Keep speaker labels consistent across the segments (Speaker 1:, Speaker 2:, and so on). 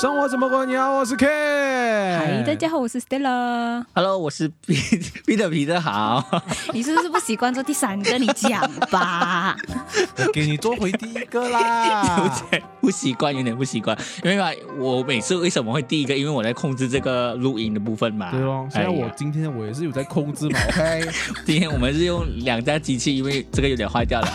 Speaker 1: 生活怎么过？你好，我是 K。
Speaker 2: 嗨，
Speaker 1: 嗨
Speaker 2: 哎大家好，我是 Stella。
Speaker 3: Hello，我是 B B 的皮特好，
Speaker 2: 你是不是不习惯做第三个？你讲 吧。
Speaker 1: 好，给你做回第一个 啦。
Speaker 3: 不习惯，有点不习惯，因为吧，我每次为什么会第一个？因为我在控制这个录音的部分嘛。
Speaker 1: 对咯，所以
Speaker 3: 哎
Speaker 1: 我
Speaker 3: 呀
Speaker 1: 今天我也是有在控制嘛，OK？
Speaker 3: 今天我们是用两架机器，因为这个有点坏掉了。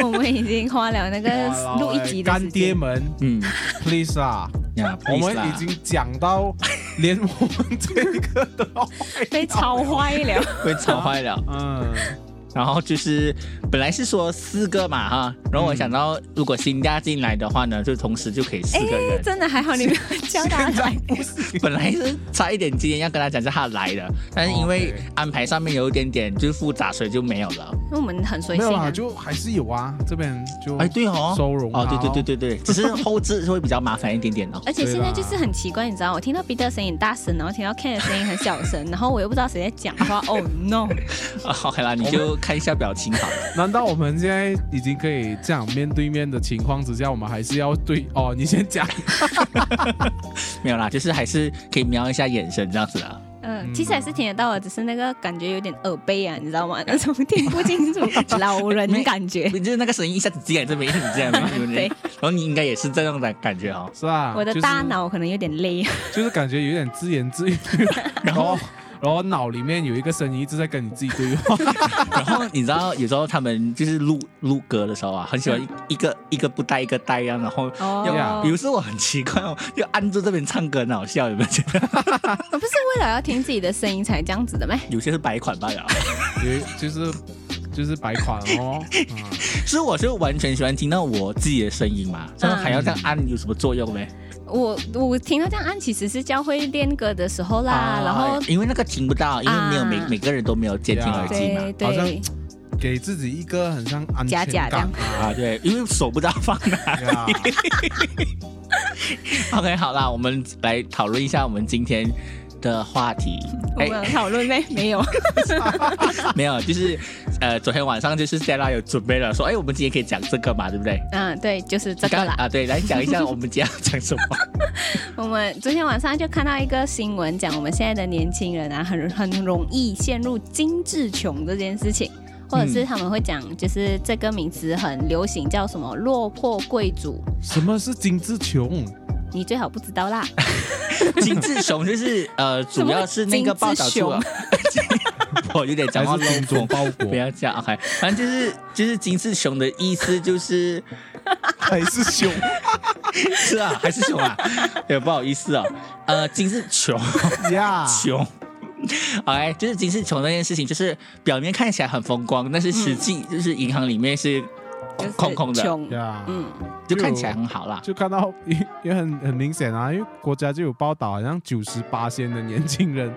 Speaker 2: 我们已经花了那个呃录一集的
Speaker 1: 哎干
Speaker 2: 时
Speaker 1: 爹
Speaker 2: 间。
Speaker 1: 们
Speaker 3: 嗯，
Speaker 1: ，please 啦，
Speaker 3: 呀，
Speaker 1: 我
Speaker 3: please
Speaker 1: 们
Speaker 3: 啦
Speaker 1: 已经讲到连我们这个都坏
Speaker 2: 被
Speaker 1: 掉
Speaker 2: 超
Speaker 1: 了。
Speaker 2: 坏 了，
Speaker 3: 被吵坏了。
Speaker 1: 嗯，
Speaker 3: 然后就是本来是说四个嘛哈，
Speaker 1: 嗯
Speaker 3: 然后我想到如果新加进来的话呢，就同时就可以四个
Speaker 1: 哎
Speaker 3: 人。
Speaker 2: 真的还好你没有叫他
Speaker 1: 现在
Speaker 2: 来。
Speaker 1: 不行。
Speaker 3: 本来是差一点今天要跟他讲是他来的，但是因
Speaker 1: 哦
Speaker 3: 为
Speaker 1: OK
Speaker 3: 安排上面有一点点就是复杂，所以就没有了。
Speaker 2: 因为我们很随
Speaker 1: 没
Speaker 2: 性
Speaker 1: 有
Speaker 2: 啊
Speaker 1: 啦，，就还是有啊，这边就
Speaker 3: 哎，对哦，
Speaker 1: 收容
Speaker 3: 哦，对
Speaker 1: 好
Speaker 3: 对对对对，只是后置会比较麻烦一点点哦。
Speaker 2: 而且现在就是很奇怪，你知道，我听到彼得的声音很大声，然后听到 Ken 的声音很 小声，然后我又不知道谁在讲话。Oh no！
Speaker 3: 好啦，你就看一下表情好了。
Speaker 1: 难道我们现在已经可以这样面对面的情况之下，我们还是要对哦？你先讲，
Speaker 3: 没有啦，就是还是可以瞄一下眼神这样子 啊。
Speaker 2: 嗯，其实还是听得到的，只是那个感觉有点耳背啊，你知道
Speaker 1: 哎
Speaker 2: 吗？那种听不 清楚，老人感觉。
Speaker 3: 哎就是那个声音一下子进来这边，一下子进来那边， 对不对？
Speaker 2: 对
Speaker 3: 然后你应该也是这样的感觉哦。
Speaker 1: 是吧？
Speaker 2: 我的大脑可能有点累。啊
Speaker 1: 就是、就是感觉有点自言 自语，然后然后脑里面有一个声音一直在跟你自己对 话，
Speaker 3: 然后你知道，有时候他们就是录录歌的时候啊，很喜欢一个一个不带一个带一样，然后。
Speaker 2: 哦
Speaker 1: 啊
Speaker 3: 要，有时候我很奇怪哦，就按住这边唱歌很好笑，有没有觉得？
Speaker 2: 我呃不是为了要听自己的声音才这样子的咩？
Speaker 3: 有些是白款罢 了，
Speaker 1: 有一就是就是白款 哦，嗯
Speaker 3: 所以我就完全喜欢听到我自己的声音嘛，这样还要这样按有什么作用没？
Speaker 2: 我我听到这样按，其实是教会练歌的时候啦，
Speaker 3: 啊
Speaker 2: 然后
Speaker 3: 因为那个听不到，因为没有每、
Speaker 2: 啊
Speaker 3: 每个人都没有监听耳机嘛。
Speaker 2: 对
Speaker 1: 好像
Speaker 2: 对，
Speaker 1: 给自己一个很像安
Speaker 2: 假
Speaker 1: 全
Speaker 2: 假这
Speaker 1: 感
Speaker 2: 样
Speaker 3: 啊，对，因为手不知道放 哪。
Speaker 1: 呀，
Speaker 3: OK，好啦，我们来讨论一下我们今天的 话题。
Speaker 2: 我
Speaker 3: 哎、
Speaker 2: 们有讨论咩？没 有，
Speaker 3: 没有，就是呃，昨天晚上就是 Stella 有准备了，说哎、我们今天可以讲这个嘛，对不对？
Speaker 2: 嗯，对，就是这个
Speaker 3: 你刚
Speaker 2: 啦。
Speaker 3: 啊，对，来讲一下我们今天要讲什么。
Speaker 2: 我们昨天晚上就看到一个新闻，讲我们现在的年轻人啊，很很容易陷入精致穷这件事情，或者
Speaker 3: 嗯
Speaker 2: 是他们会讲，就是这个名词很流行，叫什么落魄贵族，
Speaker 1: 什么是精致穷？
Speaker 2: 你最好不知道 啦。
Speaker 3: 金志雄就是呃，主要是那个报道出了， 我有点
Speaker 1: 还
Speaker 3: 讲话
Speaker 1: 是
Speaker 3: 漏
Speaker 1: 精准
Speaker 3: 风。
Speaker 1: 包裹
Speaker 3: 不？要这样，OK，反正就是就是金志雄的意思就是
Speaker 1: 还 是熊？
Speaker 3: 是啊，还是熊啊？对，不好意思啊、呃，金是穷
Speaker 1: 啊呀？
Speaker 3: 穷。哎，就是金是穷那件事情，就是表面看起来很风光，但是实际就是银行里面是
Speaker 2: 就是
Speaker 3: 空空的，
Speaker 2: 穷，
Speaker 1: 呀？
Speaker 2: 嗯，
Speaker 3: 就看起来很好啦。
Speaker 1: 就看到也也很很明显啊，因为国家就有报道，好像九十八仙的年轻人，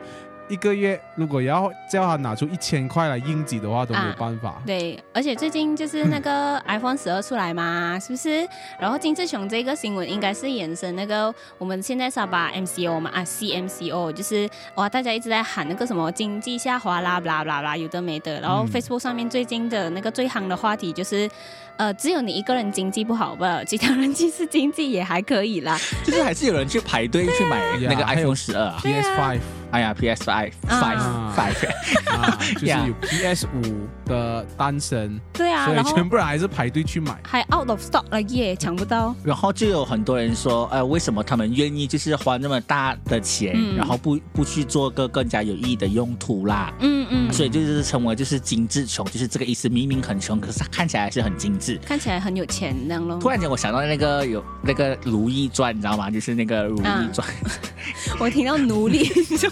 Speaker 1: 一个月如果要叫他拿出一千块来应急的话，都没有办法。
Speaker 2: 对，而且最近就是那个 iPhone 十二出来嘛，是不是？然后金志雄这个新闻应该是延伸那个我们现在沙巴 MCO 嘛，啊 CMCO，就是哇，大家一直在喊那个什么经济下滑啦，啦啦啦，有的没的。然后
Speaker 1: 嗯
Speaker 2: Facebook 上面最近的那个最夯的话题就是，呃，只有你一个人经济不好吧，其他人其实经济也还可以啦。
Speaker 3: 就是还是有人去排队去买那个
Speaker 1: 呀还有
Speaker 3: iPhone 十二啊！
Speaker 1: PS Five 嗯
Speaker 3: 哎呀，PS Five
Speaker 2: 啊
Speaker 3: Five Five，
Speaker 1: 啊，就是
Speaker 3: 呀
Speaker 1: 有 PS 五的单身，
Speaker 2: 对啊，
Speaker 1: 所以
Speaker 2: 然后
Speaker 1: 全部人还是排队去 买。
Speaker 2: 还 out of stock 了耶，抢不到。
Speaker 3: 然后就有很多人说，呃，为什么他们愿意就是花那么大的钱，
Speaker 2: 嗯
Speaker 3: 然后不不去做个更加有意义的用途啦？
Speaker 2: 嗯嗯，
Speaker 3: 所以就是成为就是精致穷，就是这个意思。明明很穷，可是看起来还是很精致。
Speaker 2: 看起来很有钱那样咯。
Speaker 3: 突然间我想到那个有那个《如懿传》，你知道吗？就是那个《如懿传》
Speaker 2: 我听到奴隶，你说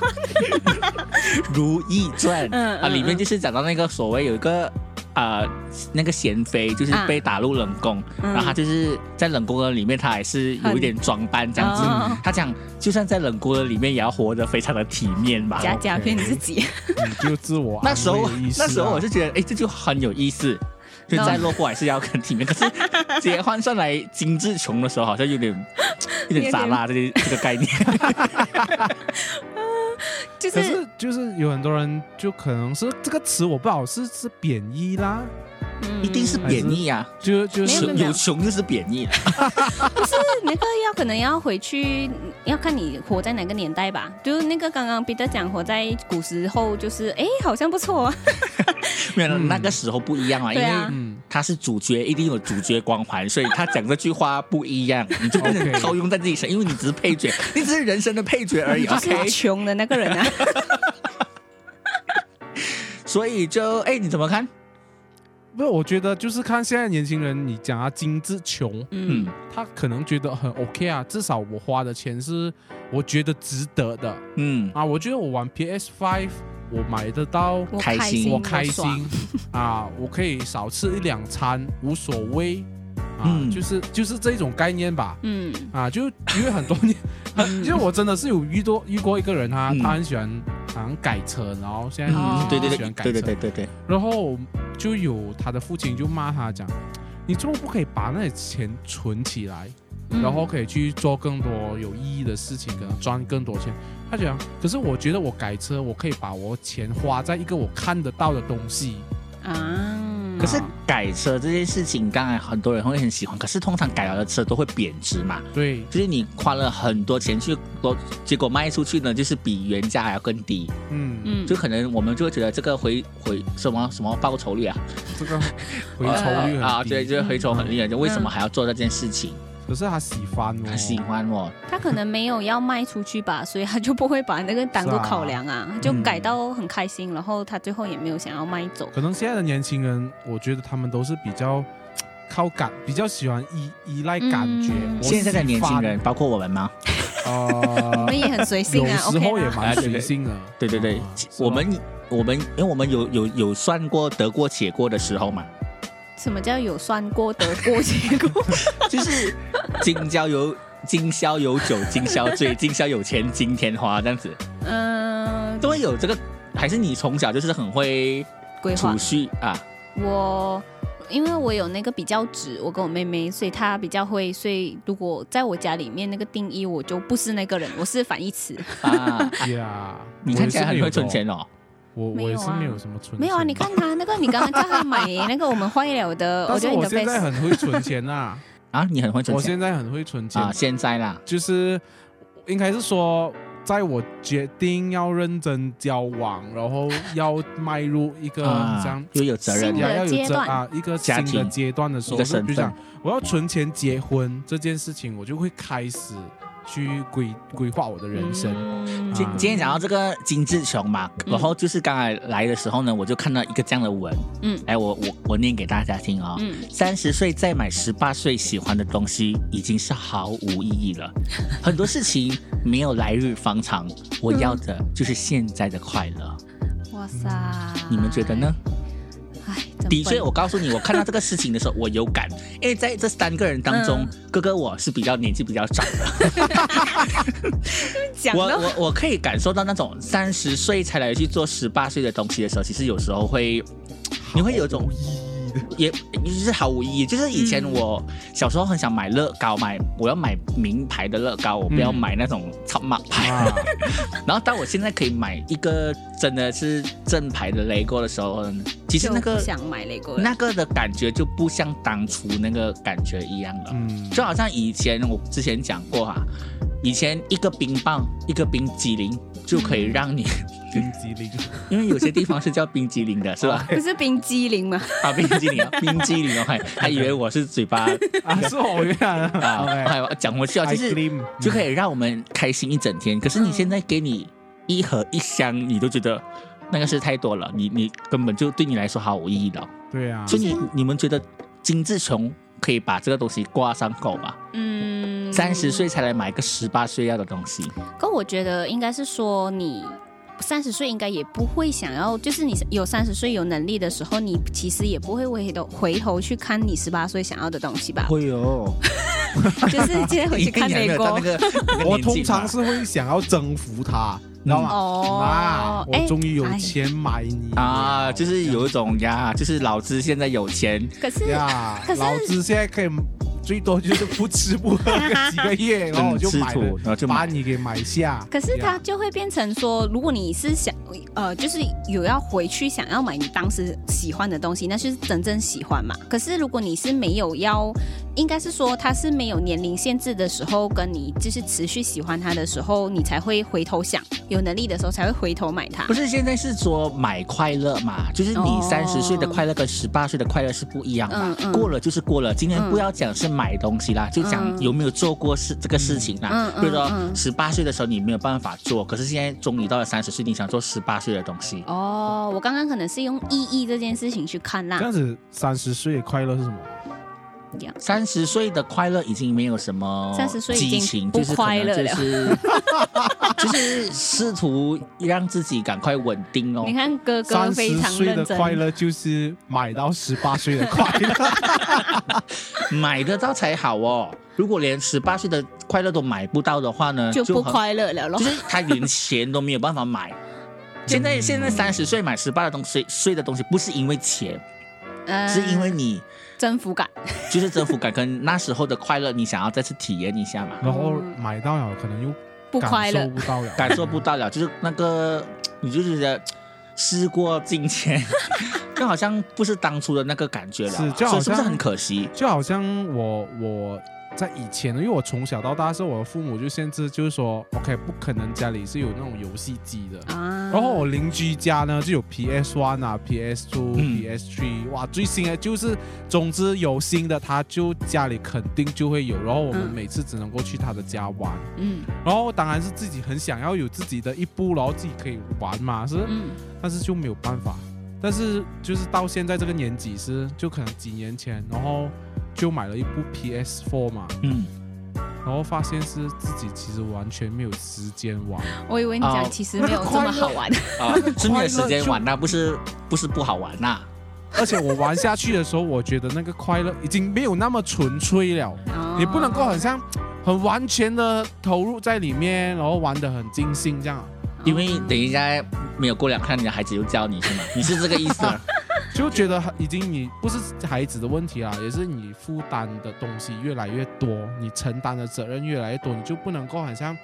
Speaker 3: 如懿传》
Speaker 2: 嗯
Speaker 3: 啊，
Speaker 2: 嗯
Speaker 3: 里面
Speaker 2: 嗯
Speaker 3: 就是讲到那个所谓有一个。呃，那个贤妃就是
Speaker 2: 啊
Speaker 3: 被打入冷宫，
Speaker 2: 嗯
Speaker 3: 然后她就是在冷宫的里面，她还是有一点装扮这样子
Speaker 2: 哦。
Speaker 3: 她讲，就算在冷宫的里面，也要活得非常的体面吧。
Speaker 2: 假假骗自己。
Speaker 1: 你嗯就自我安慰
Speaker 3: 那时候
Speaker 1: 的意，思啊
Speaker 3: 那时候我是觉得，哎，这就很有意思。就
Speaker 2: 然后
Speaker 3: 在落魄还是要跟体面，可是 结换算来精致穷的时候，好像有点有点杂啦，这些这个概 念。
Speaker 2: 嗯就
Speaker 1: 可
Speaker 2: 嗯是
Speaker 1: 是就是有很多人就可能是这个词我不好是是贬义啦，
Speaker 2: 嗯
Speaker 3: 一定是贬义啊，
Speaker 1: 就就
Speaker 2: 没有
Speaker 1: 是
Speaker 2: 没
Speaker 3: 穷有穷就是贬义啊，
Speaker 2: 不是 那个要可能要回去，要看你活在哪个年代吧。就是那个刚刚彼得讲活在古时候，就是哎，好像不错、啊。
Speaker 3: 没有那个时候不一样啊，因
Speaker 2: 对啊
Speaker 3: 为
Speaker 1: 嗯，
Speaker 3: 他是主角，一定有主角光环，所以他讲这句话不一样，你就 不能
Speaker 1: OK
Speaker 3: 套用在自己身，因为你只是配 角，你只是人生的配角而已。啊
Speaker 2: 你就
Speaker 3: 哎 OK，
Speaker 2: 是穷的那个人啊。
Speaker 3: 所以就哎，你怎么看？
Speaker 1: 不是，我觉得就是看现在年轻人，你讲他精致穷，
Speaker 2: 嗯
Speaker 3: 嗯，
Speaker 1: 他可能觉得很 OK 啊，至少我花的钱是我觉得值得的
Speaker 3: 嗯，
Speaker 1: 啊。我觉得我玩 PS Five，我买得到，
Speaker 2: 我
Speaker 3: 开心
Speaker 1: 我
Speaker 2: 我
Speaker 1: 开心
Speaker 2: 爽
Speaker 1: 啊，我可以少吃一两餐无所谓啊，
Speaker 3: 嗯
Speaker 1: 就是就是这种概念吧。
Speaker 2: 嗯
Speaker 1: 啊，就因为很多 年，很就是我真的是有遇多遇过一个人，他
Speaker 3: 嗯
Speaker 1: 他很喜欢好像改车，然后现在很
Speaker 2: 哦
Speaker 1: 年
Speaker 3: 嗯，
Speaker 1: 轻人都
Speaker 3: 对对
Speaker 1: 喜
Speaker 3: 对
Speaker 1: 欢改车，
Speaker 3: 对对对对对，
Speaker 1: 然后就有他的父亲就骂他讲，你怎么不可以把那些钱存起来，
Speaker 2: 嗯
Speaker 1: 然后可以去做更多有意义的事情，可能赚更多钱。他讲，可是我觉得我改车，我可以把我钱花在一个我看得到的东西。
Speaker 2: 啊，
Speaker 3: 可是改车这件事情，当然很多人会很喜欢，可是通常改了的车都会贬值嘛，
Speaker 1: 对，
Speaker 3: 就是你花了很多钱去，结果卖出去呢，就是比原价还要更低，
Speaker 1: 嗯，
Speaker 2: 嗯
Speaker 3: 就可能我们就会觉得这个回回什么什么报酬率啊，
Speaker 1: 这 个回酬率很低。
Speaker 3: 啊，对，就是回酬很低，就为什么还要做这件事情？
Speaker 1: 可是他喜欢哦，
Speaker 3: 他喜欢我，
Speaker 2: 他可能没有要卖出去吧，所以他就不会把那个当做考量啊，就改到很开心，然后他最后也没有想要卖走。
Speaker 1: 可能现在的年轻人，我觉得他们都是比较嗯靠感，比较喜欢依依赖感觉。
Speaker 2: 嗯
Speaker 1: 我
Speaker 3: 现在的
Speaker 1: 喜
Speaker 3: 年轻
Speaker 1: 欢
Speaker 3: 人，，包括我们吗？
Speaker 2: 我
Speaker 1: 呃
Speaker 2: 们，也很随 性
Speaker 1: 有
Speaker 2: 啊
Speaker 1: 时
Speaker 2: ，OK
Speaker 1: 候
Speaker 2: 啦
Speaker 1: 也蛮
Speaker 3: 啊对对
Speaker 1: 随性的。
Speaker 3: 对对对
Speaker 1: 啊，
Speaker 3: 我们我们因为我们有有有算过得过且过的时候嘛，
Speaker 2: 什么叫有算过得过结果？
Speaker 3: 就是今宵有今宵有酒今宵 醉，今宵有钱今天花这样子，
Speaker 2: 嗯，
Speaker 3: 都会有这个。还是你从小就是很会
Speaker 2: 规划
Speaker 3: 储蓄啊？
Speaker 2: 我。因为我有那个比较直，我跟我妹妹，所以她比较会。所以如果在我家里面那个定义，我就不是那个人，我是反义词。
Speaker 3: 啊，
Speaker 1: 呀，
Speaker 3: 你看起来很会存钱哦。
Speaker 1: 我我也是
Speaker 2: 没
Speaker 1: 没
Speaker 2: 有啊
Speaker 1: 有什么存钱，
Speaker 2: 没有啊，你，看她那个，你刚刚叫她买那个我们坏了
Speaker 3: 呃
Speaker 2: 的，
Speaker 1: 但是
Speaker 2: 觉得你
Speaker 1: 我
Speaker 2: 的
Speaker 1: 现在
Speaker 2: face
Speaker 1: 很会存钱啊，
Speaker 3: 啊，你很会 存
Speaker 1: 我
Speaker 3: 钱
Speaker 1: 现在很会存钱
Speaker 3: 啊！，现在啦，
Speaker 1: 就是应该是说，在我决定要认真交往，然后要迈入一个
Speaker 3: 啊
Speaker 1: 这样。
Speaker 3: 又有责任
Speaker 2: 新
Speaker 1: 要
Speaker 2: 的
Speaker 1: 要有
Speaker 2: 阶
Speaker 1: 这
Speaker 2: 段
Speaker 1: 啊一个新
Speaker 3: 家
Speaker 1: 的
Speaker 3: 庭
Speaker 1: 阶段的时
Speaker 3: 一
Speaker 1: 候，
Speaker 3: 个
Speaker 1: 就
Speaker 3: 身
Speaker 1: 比如
Speaker 3: 份
Speaker 1: 讲我要存钱结婚这件事情，我就会开始去规规划我的人生。
Speaker 2: 嗯
Speaker 3: 今今天讲到这个精致穷嘛，
Speaker 2: 嗯
Speaker 3: 然后就是刚才来的时候呢，我就看到一个这样的文，
Speaker 2: 嗯
Speaker 3: 哎，我我我念给大家听哦。
Speaker 2: 嗯，
Speaker 3: 三十岁再买十八岁喜欢的东西，已经是毫无意义 了。很多事情没有来日方长，我要的就是现在的快乐。
Speaker 2: 哇塞，
Speaker 3: 你们觉得呢？？
Speaker 2: 嗯哎，真
Speaker 3: 的
Speaker 2: 笨
Speaker 3: 确，我告诉你，我看到这个事情的时候，我有 感，因为在这三个人当中，
Speaker 2: 嗯
Speaker 3: 哥哥我是比较年纪比较长的，
Speaker 2: 讲
Speaker 3: 我
Speaker 2: 到
Speaker 3: 我我可以感受到那种三十岁才来去做十八岁的东西的时候，其实有时候会，你会有一种
Speaker 1: 无意义的
Speaker 3: 也就是毫无意义。就是以前
Speaker 2: 嗯
Speaker 3: 我小时候很想买乐高，买我要买名牌的乐高，我不要
Speaker 1: 嗯
Speaker 3: 买那种超马牌。
Speaker 1: 啊，
Speaker 3: 然后当我现在可以买一个真的是正牌的雷勾的时候，其实
Speaker 2: 就
Speaker 3: 那个
Speaker 2: 不想买雷过了，
Speaker 3: 那个的感觉就不像当初那个感觉一样了。
Speaker 1: 嗯，
Speaker 3: 就好像以前我之前讲过哈、以前一个冰棒一个冰激凌就可以让你，
Speaker 2: 嗯
Speaker 1: 冰激凌
Speaker 3: 因为有些地方是叫冰激凌的，是吧？
Speaker 2: 不是冰激凌吗？
Speaker 3: 啊，冰激凌，冰激凌，我还还以为我是嘴巴
Speaker 1: 啊，是我原来
Speaker 3: 啊，
Speaker 1: 啊
Speaker 3: 还讲回去啊，就是就可以让我们开心一整天。可是你
Speaker 2: 嗯
Speaker 3: 现在给你一盒一箱，你都觉得那个是太多了，你你根本就对你来说毫无意义了。
Speaker 1: 对啊，
Speaker 3: 所以你你们觉得精致穷可以把这个东西挂上钩吗？
Speaker 2: 嗯，
Speaker 3: 三十岁才来买个十八岁要的东西，
Speaker 2: 可我觉得应该是说你。三十岁应该也不会想要，就是你有三十岁有能力的时候，你其实也不会回头回头去看你十八岁想要的东西吧？
Speaker 3: 会哦，
Speaker 2: 就是今天回去看
Speaker 3: 一
Speaker 2: 雷
Speaker 3: 定
Speaker 2: 过
Speaker 3: 要没有到那个那 个
Speaker 1: 我
Speaker 3: 年纪
Speaker 1: 通
Speaker 3: 嘛嗯
Speaker 1: 常是会想要征服他，知道吗？啊
Speaker 2: 哦，，
Speaker 1: 我
Speaker 2: 哎，
Speaker 1: 终于有钱买你
Speaker 3: 啊，就是有一种呀，就是老子现在有钱，
Speaker 2: 可是
Speaker 1: 呀
Speaker 2: 可，是
Speaker 1: 老子现在可以最多就是不吃不喝个几个 月，然后哦我就
Speaker 3: 吃
Speaker 1: 买
Speaker 3: 土，
Speaker 1: 了，
Speaker 3: 然后就
Speaker 1: 把
Speaker 3: 买。
Speaker 1: 你给买下。
Speaker 2: 可是它
Speaker 1: 呀
Speaker 2: 就会变成说，如果你是想呃，就是有要回去想要买你当时喜欢的东西，那就是真正喜欢嘛。可是如果你是没有要，应该是说它是没有年龄限制的时候，跟你就是持续喜欢它的时候，你才会回头想，有能力的时候才会回头买它
Speaker 3: 不。是现在是说买快乐嘛，就是你
Speaker 2: 哦
Speaker 3: 三十岁的快乐跟十八岁的快乐是不一样的。
Speaker 2: 嗯嗯
Speaker 3: 过了就是过了，今天
Speaker 2: 嗯
Speaker 3: 不要讲是买东西啦，就讲
Speaker 2: 嗯
Speaker 3: 有没有做过事这个事情啦
Speaker 2: 嗯。嗯
Speaker 3: 比如说
Speaker 2: 嗯
Speaker 3: 十八岁的时候你没有办法做，可是现在终于到了三十岁，你想做十八岁的东西，
Speaker 2: 哦，我刚刚可能是用意义这件事情去看啦
Speaker 1: 这。样子三十岁的快乐是什么？
Speaker 3: 三十岁的快乐已经没有什么
Speaker 2: 30岁已
Speaker 3: 激
Speaker 2: 经
Speaker 3: 情，
Speaker 2: 不
Speaker 3: 就是可能
Speaker 2: 快乐了
Speaker 3: 就是 就是试图让自己赶快稳定哦
Speaker 2: 你。看哥哥
Speaker 1: 三
Speaker 2: 非
Speaker 1: 十
Speaker 2: 常
Speaker 1: 岁
Speaker 2: 认
Speaker 1: 的
Speaker 2: 真，
Speaker 1: 快乐就是买到十八岁的快乐。
Speaker 3: 买得到才好哦。如果连十八岁的快乐都买不到的话呢，
Speaker 2: 就不
Speaker 3: 很
Speaker 2: 快乐了咯
Speaker 3: 就。是他连钱都没有办法 买。现
Speaker 1: 嗯
Speaker 3: 在现在三十岁买十八的东西，岁的东西不是因为钱，
Speaker 1: 嗯
Speaker 2: 呃
Speaker 3: 是因为你
Speaker 2: 征服感。
Speaker 3: 就是征服感跟那时候的快乐，你想要再次体验一下 嘛，
Speaker 1: 然后买到了，可能又
Speaker 2: 不快
Speaker 1: 感
Speaker 2: 乐
Speaker 1: 受不到了，
Speaker 3: 感受不到了，就是那个你就觉得事过 境迁，就好像不是当初的那个感觉了，啊
Speaker 1: 是就好
Speaker 3: 所以是不是
Speaker 1: 像
Speaker 3: 很可惜？
Speaker 1: 就好像我我在以前，因为我从小到大是我的父母就限制，就是说 OK，不可能家里是有那种游戏机的。
Speaker 2: 啊
Speaker 1: 然后我邻居家呢就有 PS One 啊、PS Two、
Speaker 3: 嗯
Speaker 1: PS Three，哇，最新的就是，总之有新的他就家里肯定就会有。然后我们
Speaker 2: 嗯
Speaker 1: 每次只能够去他的家玩，
Speaker 2: 嗯
Speaker 1: 然后当然是自己很想要有自己的一部，然后自己可以玩嘛，是。
Speaker 2: 嗯，
Speaker 1: 但是就没有办法。但是就是到现在这个年纪是，就可能几年前，然后就买了一部 PS4 嘛，
Speaker 3: 嗯，
Speaker 1: 然后发现是自己其实完全没有时间玩，
Speaker 2: 我以为你
Speaker 3: 哦
Speaker 2: 讲其实没有这么好玩。
Speaker 3: 啊，是没有时间
Speaker 1: 就
Speaker 3: 玩啊那不是不是不好玩啊呐、
Speaker 1: 而且我玩下去的时候，我觉得那个快乐已经没有那么纯粹了，
Speaker 2: 哦
Speaker 1: 你不能够很像很完全的投入在里面，然后玩得很尽兴这样，
Speaker 3: 因为等
Speaker 2: 哦
Speaker 3: 一下没有过两看，你的孩子就叫你是吗？你是这个意思吗？
Speaker 1: 就觉得已经你不是孩子的问题啊啦，也是你负担的东西越来越多，你承担的责任越来越多，你就不能够好像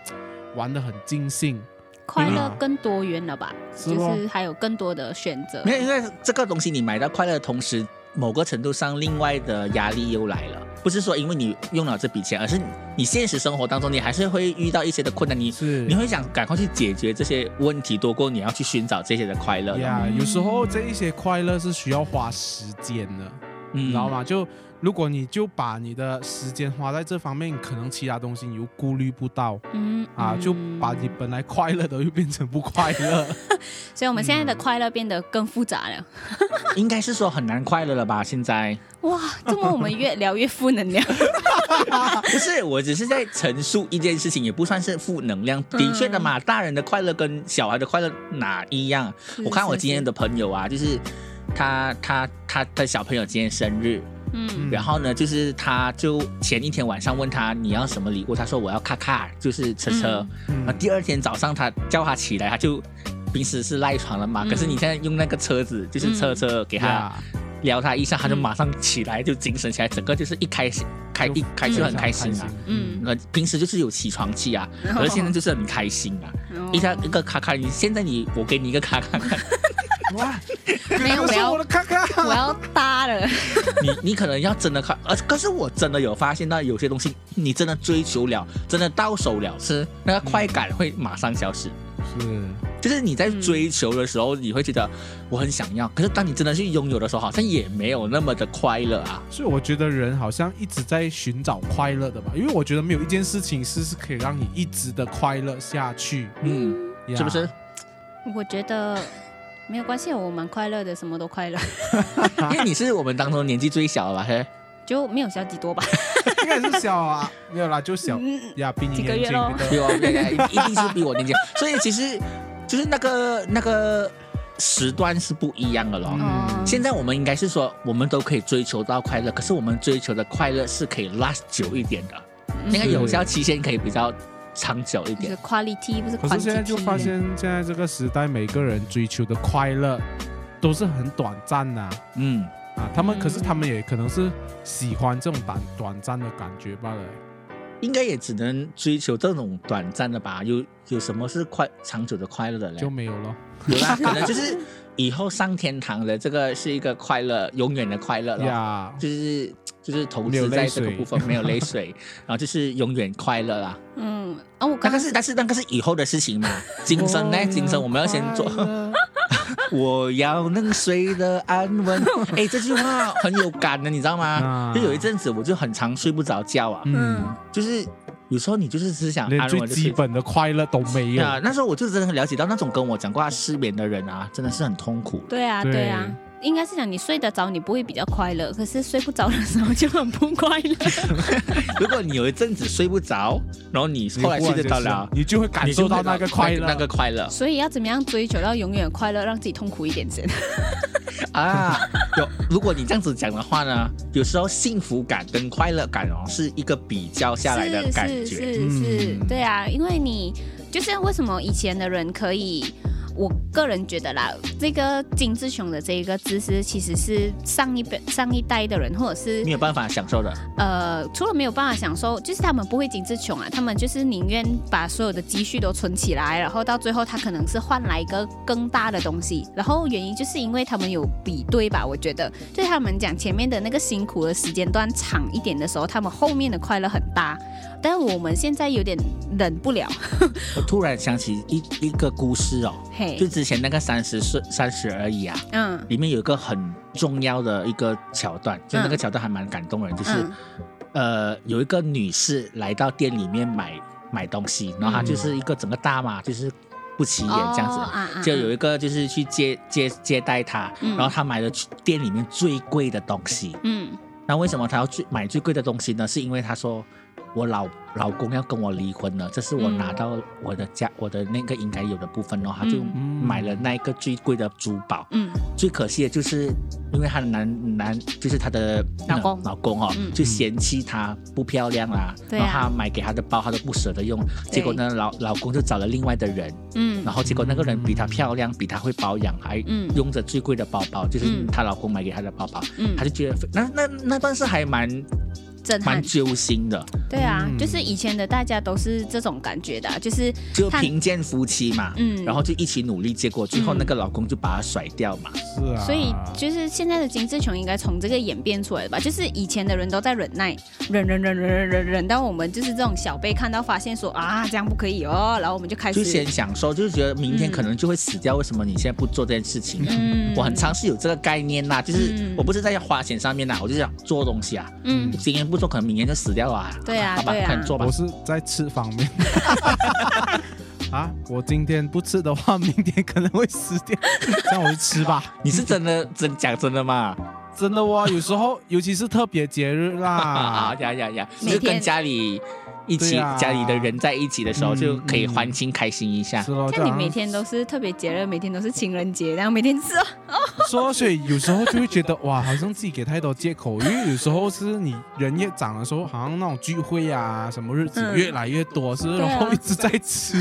Speaker 1: 玩的很尽兴，
Speaker 2: 快乐更多元了吧？
Speaker 1: 是
Speaker 2: 就
Speaker 1: 咯
Speaker 2: 是还有更多的选择。
Speaker 3: 没有，因为这个东西你买到快乐的同时，某个程度上另外的压力又来了。不是说因为你用了这笔钱，而是你现实生活当中你还是会遇到一些的困难，你
Speaker 1: 是
Speaker 3: 你会想赶快去解决这些问题，多过你要去寻找这些的快乐的。
Speaker 1: 呀
Speaker 2: 嗯
Speaker 1: 有时候这一些快乐是需要花时间的，
Speaker 3: 嗯
Speaker 1: 你知道？吗？就如果你就把你的时间花在这方面，可能其他东西你又顾虑不到
Speaker 2: 嗯
Speaker 1: 啊，就
Speaker 2: 嗯
Speaker 1: 把你本来快乐的又变成不快乐。
Speaker 2: 所以我们现在的快乐变得更复杂了。
Speaker 3: 应该是说很难快乐了吧？现在
Speaker 1: 嗯
Speaker 2: 哇，这么我们越聊越负能 量。
Speaker 3: 不是，我只是在陈述一件事情，也不算是负能量。的确的嘛，大人的快乐跟小孩的快乐哪一样？我看我今天的朋友啊，就是他他他的小朋友今天生日，
Speaker 2: 嗯
Speaker 1: 嗯
Speaker 3: 然后呢，就是他就前一天晚上问他你要什么礼物，他说我要卡卡，就是车车。那、
Speaker 1: 嗯
Speaker 3: 第二天早上他叫他起来，他就平时是赖床了嘛，
Speaker 2: 嗯
Speaker 3: 可是你现在用那个车子，就是车车 给他
Speaker 1: 呀
Speaker 3: 撩他一下，他就
Speaker 2: 嗯
Speaker 3: 马上起来，就精神起来，整个就是一开心开
Speaker 1: 就
Speaker 3: 一开
Speaker 1: 非
Speaker 3: 就
Speaker 1: 常
Speaker 3: 很开心啊。
Speaker 2: 嗯
Speaker 3: 那平时就是有起床气啊，
Speaker 2: 然哦
Speaker 3: 可是现在就是很开心啊。一下一个卡卡，你现在你我给你一个卡卡看，
Speaker 1: 哇，
Speaker 2: 没有
Speaker 1: 可能是
Speaker 2: 我要
Speaker 1: 我的咔咔。
Speaker 2: 我要搭了。
Speaker 3: 你你可能要真的看，呃，可是我真的有发现到有些东西，你真的追求了，真的到手了，是那个快感会马上消失。
Speaker 1: 是，
Speaker 3: 就是你在追求的时候，你会觉得我很想要，可是当你真的去拥有的时候，好像也没有那么的快乐啊。
Speaker 1: 所以我觉得人好像一直在寻找快乐的吧，因为我觉得没有一件事情是是可以让你一直的快乐下去，
Speaker 3: 嗯，
Speaker 1: 呀
Speaker 3: 是不 是？？
Speaker 2: 我觉得没有关系，我蛮快乐的，什么都快乐，
Speaker 3: 因为你是我们当中年纪最小的吧？嘿，
Speaker 2: 就没有消极多吧。
Speaker 1: 应该是小 啊，没有啦，就小
Speaker 2: 嗯
Speaker 1: 呀，比你
Speaker 2: 几个
Speaker 1: 年
Speaker 2: 月
Speaker 1: 轻
Speaker 2: 咯
Speaker 1: 的
Speaker 3: 比我对对一定是比我年纪，所以其实就是那个那个时段是不一样的咯。
Speaker 2: 哦
Speaker 1: 嗯
Speaker 3: 现在我们应该是说，我们都可以追求到快乐，可是我们追求的快乐是可以 last 久一点的，那个
Speaker 1: 是
Speaker 3: 有效期限可以比较长久一
Speaker 2: 就
Speaker 3: 点
Speaker 2: 是。quality 不是 quantity。
Speaker 1: 可是现在就发现，现在这个时代，每个人追求的快乐都是很短暂的啊、
Speaker 3: 嗯，
Speaker 1: 啊，他们
Speaker 2: 嗯
Speaker 1: 可是他们也可能是喜欢这种短短暂的感觉罢了。
Speaker 3: 应该也只能追求这种短暂的吧？有有什么是快长久的快乐的嘞？
Speaker 1: 就没有了。
Speaker 3: 有啦，可能就是以后上天堂的这个是一个快乐，永远的快乐了。
Speaker 1: 呀
Speaker 3: 就是就是投
Speaker 1: 没有
Speaker 3: 资
Speaker 1: 泪
Speaker 3: 在这
Speaker 1: 水
Speaker 3: 个部分没有泪水， 然后就是永远快乐啦。
Speaker 2: 嗯，哦，我
Speaker 3: 那
Speaker 2: 刚
Speaker 3: 个
Speaker 2: 刚
Speaker 3: 是，但是那个是以后的事 情嘛。今生
Speaker 1: 哦
Speaker 3: 呢？今生我们要先做。我要能睡得安 稳。哎，这句话很有感的，你知道吗？
Speaker 1: 啊
Speaker 3: 就有一阵子我就很常睡不着觉啊，
Speaker 1: 嗯，
Speaker 3: 就是有时候你就是只想
Speaker 1: 连
Speaker 3: 安
Speaker 1: 最
Speaker 3: 稳的
Speaker 1: 基
Speaker 3: 睡。
Speaker 1: 本的快乐都没有。
Speaker 3: 啊，那时候我就真的很了解到那种跟我讲过他失眠的人啊，真的是很痛 苦。
Speaker 2: 对啊，
Speaker 1: 对
Speaker 2: 对啊。应该是讲你睡得着，你不会比较快乐，可是睡不着的时候就很不快 乐。
Speaker 3: 如果你有一阵子睡不着，然后你
Speaker 1: 你
Speaker 3: 后来
Speaker 1: 忽
Speaker 3: 睡
Speaker 1: 然
Speaker 3: 得
Speaker 1: 间
Speaker 3: 到
Speaker 1: 是
Speaker 3: 了，
Speaker 1: 你就会感
Speaker 3: 你就
Speaker 1: 受
Speaker 3: 会
Speaker 1: 到那个快乐。
Speaker 3: 那个快乐
Speaker 2: 所以要怎么样追求到永远的快乐，让自己痛苦一点先？
Speaker 3: 啊。有，如果你这样子讲的话呢，有时候幸福感跟快乐感哦，是一个比较 下来的感
Speaker 2: 是
Speaker 3: 觉。
Speaker 2: 是是是
Speaker 1: 嗯，
Speaker 2: 对啊，因为你就是为什么以前的人可以。我个人觉得啦，这个金志雄的这一个知识，其实是上一辈、上一代的人，或者是
Speaker 3: 没有办法享受的，
Speaker 2: 呃，除了没有办法享受，就是他们不会精致穷啊，他们就是宁愿把所有的积蓄都存起来，然后到最后他可能是换来一个更大的东西。然后原因就是因为他们有比对吧，我觉得对他们讲前面的那个辛苦的时间段长一点的时候，他们后面的快乐很大。但我们现在有点忍不了，
Speaker 3: 我突然想起一一个故事哦，
Speaker 2: 嘿
Speaker 3: 就，之前那个三十岁三十而已啊，
Speaker 2: 嗯
Speaker 3: 里面有一个很重要的一个桥段，就那个
Speaker 2: 嗯
Speaker 3: 桥段还蛮感动人，就是、
Speaker 2: 嗯
Speaker 3: 呃，有一个女士来到店里面买买东西，然后她就是一个整个大妈，就是不起眼这样子。
Speaker 2: 哦啊啊
Speaker 3: 就有一个就是去接接接待她，
Speaker 2: 嗯
Speaker 3: 然后她买了店里面最贵的东西。
Speaker 2: 嗯
Speaker 3: 那为什么她要最买最贵的东西呢？是因为她说我老老公要跟我离婚了，这是我
Speaker 2: 嗯
Speaker 3: 拿到我的家、我的那个应该有的部分，然后她就
Speaker 2: 嗯
Speaker 3: 买了那一个最贵的珠宝。
Speaker 2: 嗯
Speaker 3: 最可惜的就是，因为她的男男就是她的
Speaker 2: 老公
Speaker 3: 嗯老公哦，
Speaker 2: 嗯
Speaker 3: 就嫌弃她不漂亮啦，
Speaker 2: 对啊
Speaker 3: 然后她买给她的包她都不舍得用，结果呢老老公就找了另外的人，
Speaker 2: 嗯
Speaker 3: 然后结果那个人比她漂亮，比她会保养，还
Speaker 2: 嗯
Speaker 3: 用着最贵的包包，就是
Speaker 2: 嗯
Speaker 3: 她老公买给她的包包，
Speaker 2: 嗯
Speaker 3: 她，就觉得那那那段是还蛮
Speaker 2: 震撼
Speaker 3: 蛮，揪心的，
Speaker 2: 对啊，
Speaker 1: 嗯
Speaker 2: 就是以前的大家都是这种感觉的啊，就是
Speaker 3: 就
Speaker 2: 她
Speaker 3: 贫贱夫妻嘛，
Speaker 2: 嗯，
Speaker 3: 然后就一起努力，结果最后那个老公就把她甩掉嘛，
Speaker 1: 是啊，
Speaker 2: 所以就是现在的金志琼应该从这个演变出来的吧？就是以前的人都在忍耐，忍忍忍忍忍忍忍到我们就是这种小辈看到发现说啊这样不可以哦，然后我们就开
Speaker 3: 就
Speaker 2: 始
Speaker 3: 先享受，就是觉得明天可能就会死掉，为什么你现在不做这件事情呢？
Speaker 2: 嗯
Speaker 3: 我很常是有这个概念啦，就是
Speaker 2: 嗯
Speaker 3: 我不是在花钱上面啦，我就想做东西啊，
Speaker 2: 嗯
Speaker 3: 今天不做可能明年就死掉了啊。
Speaker 2: 对啊
Speaker 3: 好吧，
Speaker 2: 对啊
Speaker 3: 快点做吧
Speaker 1: 我。是在吃方面。 啊，我今天不吃的话，明天可能会死 掉，这样我就吃吧。
Speaker 3: 你是真的真讲真的吗？
Speaker 1: 真的哦，有时候尤其是特别节日
Speaker 3: 啊
Speaker 1: 啦，
Speaker 3: 呀呀呀！
Speaker 2: 每
Speaker 3: 就
Speaker 2: 天
Speaker 3: 是跟家里一起
Speaker 1: 对，啊
Speaker 3: 家里的人在一起的时
Speaker 1: 嗯
Speaker 3: 候就可以欢庆开心一下
Speaker 1: 是。咯。
Speaker 2: 像你每天都是特别节日，每天都是情人节，然后每天吃哦，
Speaker 1: 说，所以有时候就会觉得哇，好像自己给太多借口，因 为有时候是你人越长的时候，好像那种聚会啊，什么日子
Speaker 2: 嗯
Speaker 1: 越来越多，是不是
Speaker 2: 对啊
Speaker 1: 然后一直在吃。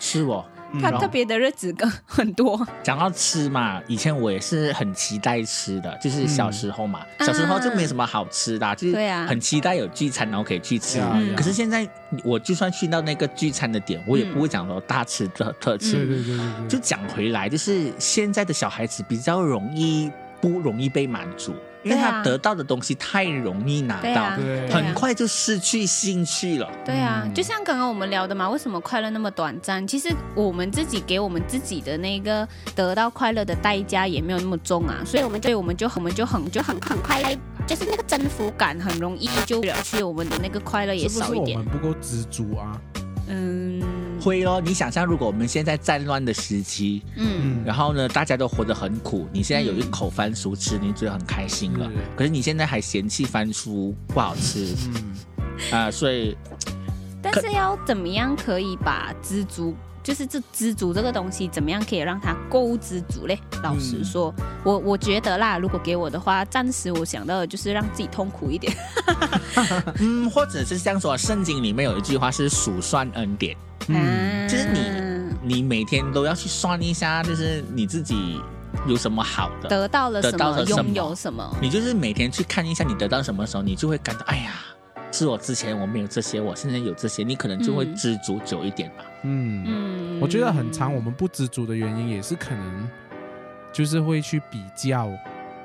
Speaker 3: 吃哦，
Speaker 1: 嗯
Speaker 2: 他
Speaker 1: 然后
Speaker 2: 特别的日子更很多，
Speaker 3: 讲到吃嘛，以前我也是很期待吃的，就是小时候嘛，
Speaker 2: 嗯
Speaker 3: 小时候就没什么好吃的啊、就是
Speaker 2: 对啊
Speaker 3: 很期待有聚餐，然后可以去吃。
Speaker 1: 呀
Speaker 2: 嗯
Speaker 1: 呀
Speaker 3: 可是现在我就算去到那个聚餐的点，我也
Speaker 2: 嗯
Speaker 3: 不会讲说大吃特特吃。
Speaker 1: 对对对对对，
Speaker 3: 就讲回来，就是现在的小孩子比较容易不容易被满足，因为
Speaker 2: 对啊
Speaker 3: 他得到的东西太容易拿
Speaker 2: 对
Speaker 3: 到，
Speaker 2: 啊，
Speaker 1: 对
Speaker 2: 对啊
Speaker 3: 很快就失去兴趣了。
Speaker 2: 对啊
Speaker 1: 嗯，
Speaker 2: 就像刚刚我们聊的嘛，为什么快乐那么短暂？其实我们自己给我们自己的那个得到快乐的代价也没有那么重啊，所以我们对我们就我们就很就很很快 乐，就是那个征服感很容易就了去，我们的那个快乐也
Speaker 1: 是不
Speaker 2: 少
Speaker 1: 是
Speaker 2: 一
Speaker 1: 我
Speaker 2: 点
Speaker 1: 们。不够知足啊？
Speaker 2: 嗯
Speaker 3: 会咯，你想象如果我们现在战乱的时期，
Speaker 2: 嗯
Speaker 1: 嗯，
Speaker 3: 然后呢，大家都活得很苦，你现在有一口番薯吃，你觉得很开心了
Speaker 1: 是。
Speaker 3: 可是你现在还嫌弃番薯不好吃
Speaker 1: 嗯，
Speaker 3: 啊、所以
Speaker 2: 但是要怎么样可以把知足，就是这知足这个东西，怎么样可以让它够知足嘞？老实说，我我觉得啦，如果给我的话，暂时我想到的就是让自己痛苦一点。
Speaker 3: 嗯，或者是这样说，圣经里面有一句话是数算恩典，
Speaker 1: 嗯
Speaker 2: 啊
Speaker 3: 就是你你每天都要去算一下，就是你自己有什么好的，
Speaker 2: 得到了
Speaker 3: 得
Speaker 2: 什
Speaker 3: 到
Speaker 2: 么，
Speaker 3: 了什么
Speaker 2: 拥有什么，
Speaker 3: 你就是每天去看一下你得到什么时候，你就会感到，哎呀，是我之前我没有这些，我现在有这些，你可能就会
Speaker 2: 嗯
Speaker 3: 知足久一点吧。
Speaker 1: 嗯，
Speaker 2: 嗯，
Speaker 1: 我觉得很长，我们不知足的原因也是可能就是会去比较，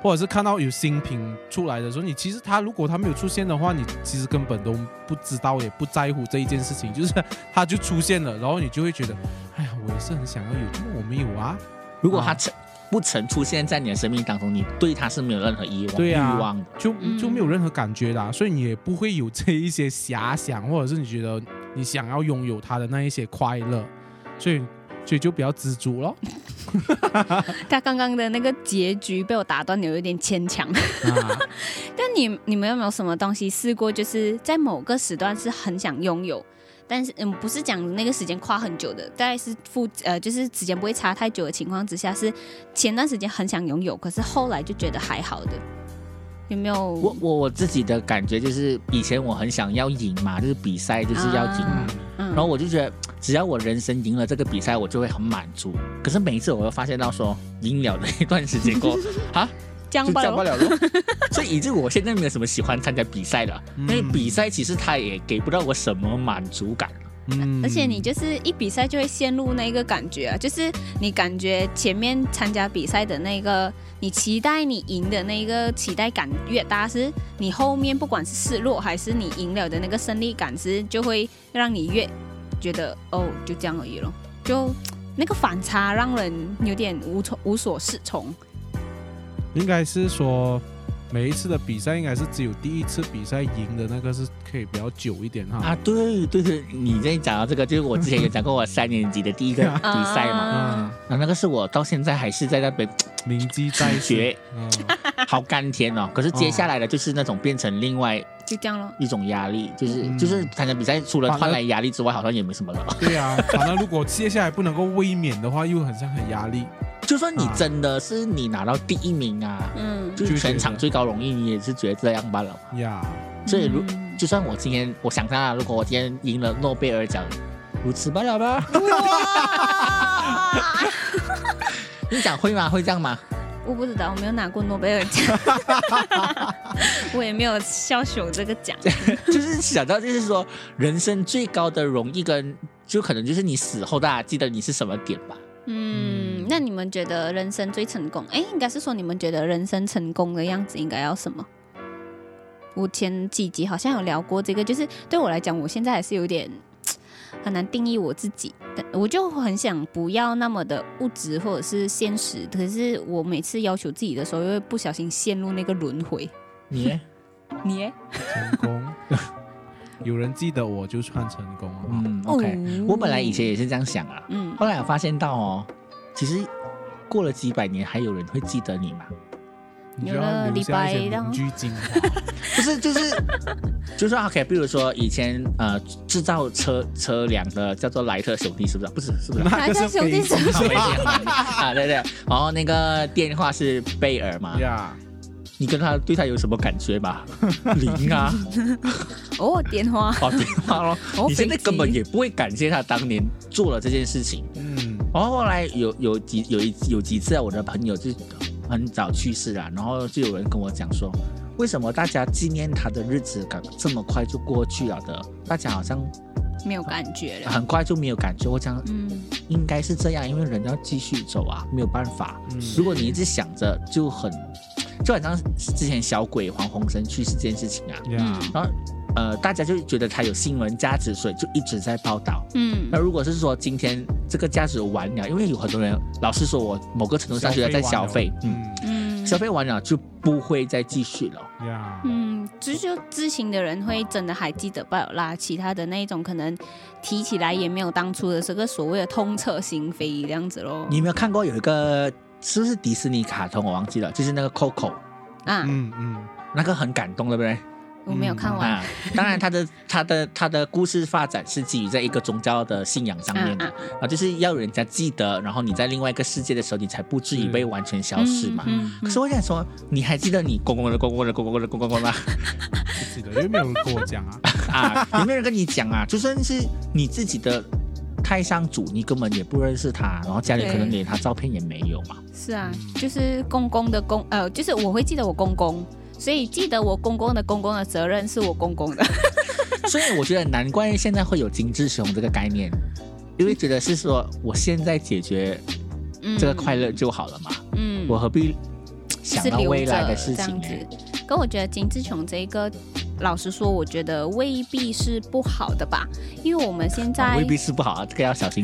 Speaker 1: 或者是看到有新品出来的时候，你其实它如果它没有出现的话，你其实根本都不知道也不在乎这一件事情，就是它就出现了，然后你就会觉得，哎呀，我也是很想要有，怎么我没有啊？
Speaker 3: 如果
Speaker 1: 啊
Speaker 3: 它曾、不曾出现在你的生命当中，你对它是没有任何遗忘、
Speaker 1: 对啊
Speaker 3: 欲望的。
Speaker 1: 就
Speaker 2: 嗯
Speaker 1: 就没有任何感觉啦，所以你也不会有这一些遐想，或者是你觉得你想要拥有它的那一些快乐，所以所以就比较知足 咯。
Speaker 2: 他刚刚的那个结局被我打断，有一点牵强。
Speaker 1: 啊，
Speaker 2: 但你你们有没有什么东西试过，就是在某个时段是很想拥有，但是嗯，不是讲那个时间跨很久的，大概是附呃，就是时间不会差太久的情况之下，是前段时间很想拥有，可是后来就觉得还好的，有没有？
Speaker 3: 我我我自己的感觉就是，以前我很想要赢嘛，就是比赛就是要赢嘛。
Speaker 2: 啊嗯
Speaker 3: 然后我就觉得，只要我人生赢了这个比赛，我就会很满足。可是每一次我会发现到说，赢了的一段时间过后啊，
Speaker 2: 将
Speaker 3: 就
Speaker 2: 吧
Speaker 3: 叫
Speaker 2: 咯
Speaker 3: 不了了。所以以致我现在没有什么喜欢参加比赛了，因为比赛其实它也给不到我什么满足感。
Speaker 1: 嗯
Speaker 2: 而且你就是一比赛就会陷入那个感觉啊，就是你感觉前面参加比赛的那个，你期待你赢的那个期待感越大，是你后面不管是失落还是你赢了的那个胜利感，是就会让你越觉得哦就这样而已咯，就那个反差让人有点无从无所适从。
Speaker 1: 应该是说每一次的比赛应该是只有第一次比赛赢的那个是可以比较久一点哈。
Speaker 3: 啊，对对对，你这讲到这个，就是我之前有讲过我三年级的第一个比赛嘛，
Speaker 1: 啊，
Speaker 3: 啊，那个是我到现在还是在那边
Speaker 1: 铭记在心。
Speaker 3: 学，
Speaker 1: 嗯
Speaker 3: 好甘甜哦。可是接下来的就是那种变成另外
Speaker 2: 就这样咯。
Speaker 3: 一种压力，就是、
Speaker 1: 嗯
Speaker 3: 就是参加比赛除了
Speaker 1: 反而
Speaker 3: 换来压力之外，好像也没什么了。
Speaker 1: 对啊，反正如果接下来不能够卫冕的话，又很像很压力。
Speaker 3: 就算你
Speaker 1: 啊
Speaker 3: 真的是你拿到第一名啊，
Speaker 2: 嗯，
Speaker 3: 就是全
Speaker 1: 就觉
Speaker 3: 场
Speaker 1: 得
Speaker 3: 最高荣誉，你也是觉得这样罢了嘛。
Speaker 1: 呀、
Speaker 3: 所以如
Speaker 2: 嗯
Speaker 3: 就算我今天，我想象啊，如果我今天赢了诺贝尔奖，如此罢了吧？
Speaker 2: 哇
Speaker 3: 你讲会吗？会这样吗？
Speaker 2: 我不知道，我没有拿过诺贝尔奖，我也没有枭雄这个 奖。
Speaker 3: 就是想到，就是说人生最高的荣誉跟，就可能就是你死后大家记得你是什么点吧。
Speaker 2: 嗯，那你们觉得人生最成功？哎，应该是说你们觉得人生成功的样子应该要什么？我前几集好像有聊过这个，就是对我来讲，我现在还是有点很难定义我自己。但我就很想不要那么的物质或者是现实，可是我每次要求自己的时候，又会不小心陷入那个轮回。
Speaker 3: 你呢
Speaker 2: 你耶
Speaker 1: 成功。 有人记得我就算成功啊了。
Speaker 3: 嗯，OK，、
Speaker 2: 哦
Speaker 3: 我本来以前也是这样想啊，
Speaker 2: 嗯，
Speaker 3: 后来我发现到哦，其实过了几百年还有人会记得你嘛。
Speaker 1: 你就要留下一些名句精 华。
Speaker 3: 不是，就是就是说 OK，比如说以前呃制造车车辆的叫做莱特兄弟，是不是？不是，是 不是？
Speaker 1: 那个是
Speaker 2: 哪
Speaker 1: 非
Speaker 2: 一家兄弟
Speaker 1: 常
Speaker 3: 好危险 好危险啊，对对，然后那个电话是贝尔嘛，
Speaker 1: 呀，
Speaker 3: 你跟他对他有什么感 觉吧？零啊，
Speaker 2: 哦，电话，
Speaker 3: 哦电话咯，
Speaker 2: 哦，
Speaker 3: 你现在
Speaker 2: 飞机
Speaker 3: 根本也不会感谢他当年做了这件事情。
Speaker 1: 嗯，
Speaker 3: 然后后来有有几有一有几次啊，我的朋友就很早去世了，然后就有人跟我讲说，为什么大家纪念他的日子感这么快就过去了的？大家好像
Speaker 2: 没有感觉了。
Speaker 3: 很快就没有感觉。我讲
Speaker 2: 嗯，
Speaker 3: 应该是这样，因为人要继续走啊，没有办法。
Speaker 1: 嗯
Speaker 3: 如果你一直想着，就很就好像之前小鬼黄鸿升去世这件事情啊，
Speaker 1: 呀，
Speaker 2: 嗯
Speaker 3: 然后呃大家就觉得他有新闻价值，所以就一直在报道。
Speaker 2: 嗯
Speaker 3: 那，如果是说今天这个价值完了，因为有很多人，老实说，我某个程度上觉得在消费，嗯，
Speaker 1: 嗯
Speaker 2: 嗯
Speaker 3: 消费完了就不会再继续了。
Speaker 1: 呀，
Speaker 2: 嗯，只就知情的人会真的还记得罢了啦，其他的那一种可能提起来也没有当初的这个所谓的痛彻心扉这样子咯。
Speaker 3: 你有没有看过有一个是不是迪士尼卡通？我忘记了，就是那个 Coco，
Speaker 2: 啊，
Speaker 1: 嗯嗯，
Speaker 3: 那个很感动，对不对？
Speaker 2: 我没有看完。
Speaker 3: 啊，当然它的它的它的故事发展是基于在一个宗教的信仰上
Speaker 2: 啊
Speaker 3: 面的
Speaker 2: 啊，
Speaker 3: 啊，就是要人家记得，然后你在另外一个世界的时候，你才不至于
Speaker 1: 是
Speaker 3: 被完全消失嘛。
Speaker 2: 嗯
Speaker 3: 可是我想说，你还记得你公公的公公的公公的公公的吗？
Speaker 1: 不记得，因为没有人跟我讲 啊。
Speaker 3: 啊，有没有人跟你讲啊？就算是你 自己的太上主，你根本也不认识他，然后家里可能连他照片也没有嘛。
Speaker 2: 是啊，就是公公的公，呃，就是我会记得我公公，所以记得我公公的公公的责任是我公公的。
Speaker 3: 所以我觉得难怪现在会有精致熊这个概念，因为觉得是说我现在解决
Speaker 2: 嗯，
Speaker 3: 这个快乐就好了嘛，
Speaker 2: 嗯，
Speaker 3: 我何必
Speaker 2: 就
Speaker 3: 想
Speaker 2: 是
Speaker 3: 到
Speaker 2: 留
Speaker 3: 未
Speaker 2: 着
Speaker 3: 来的事
Speaker 2: 这样
Speaker 3: 情哎
Speaker 2: 子
Speaker 3: 呢？。
Speaker 2: 跟我觉得金志琼这一个，老实说，我觉得未必是不好的吧，因为我们现在
Speaker 3: 啊未必是不好啊，这个要小心。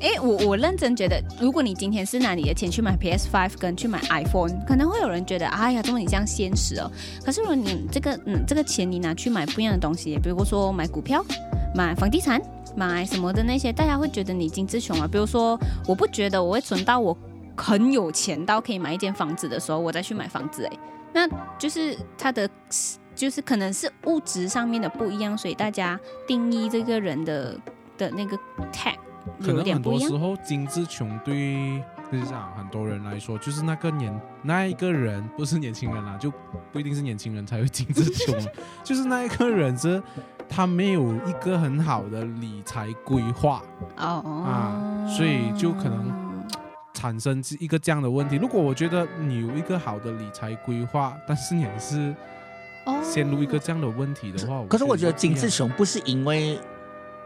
Speaker 2: 诶，我我认真觉得，如果你今天是拿你的钱去买 PS Five 跟去买 iPhone，可能会有人觉得，哎呀，怎么你这样现实哦？可是如果你这个嗯这个钱你拿去买不一样的东西，比如说买股票、买房地产、买什么的那些，大家会觉得你精致穷啊。比如说，我不觉得我会存到我很有钱到可以买一间房子的时候，我再去买房子。诶，那就是它的。就是可能是物质上面的不一样，所以大家定义这个人的的那个 tag
Speaker 1: 可
Speaker 2: 有
Speaker 1: 能
Speaker 2: 点
Speaker 1: 很
Speaker 2: 不
Speaker 1: 多
Speaker 2: 一样
Speaker 1: 时。候精致穷对就是这样很多人来说，就是那个年那一个人不是年轻人啦、就不一定是年轻人才会精致穷，啊 就是那一个人是他没有一个很好的理财规划，
Speaker 2: 哦、
Speaker 1: 啊所以就可能产生一个这样的问题。如果我觉得你有一个好的理财规划，但是你还是
Speaker 2: 哦
Speaker 1: 陷入一个这样的问题的话，
Speaker 3: 可是我觉得
Speaker 1: 精
Speaker 3: 精致穷不是因为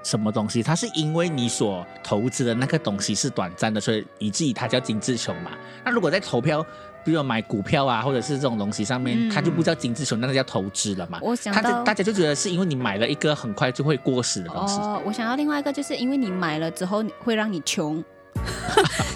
Speaker 3: 什么东西，它是因为你所投资的那个东西是短暂的，所以以至于它叫精致穷嘛。那如果在投票，比如买股票啊，或者是这种东西上面，
Speaker 2: 嗯
Speaker 3: 它就不叫精致穷，那个叫投资了嘛。
Speaker 2: 我想
Speaker 3: 他
Speaker 2: 到
Speaker 3: 就大家就觉得是因为你买了一个很快就会过时的东西，
Speaker 2: 哦，我想到另外一个，就是因为你买了之后你会让你穷，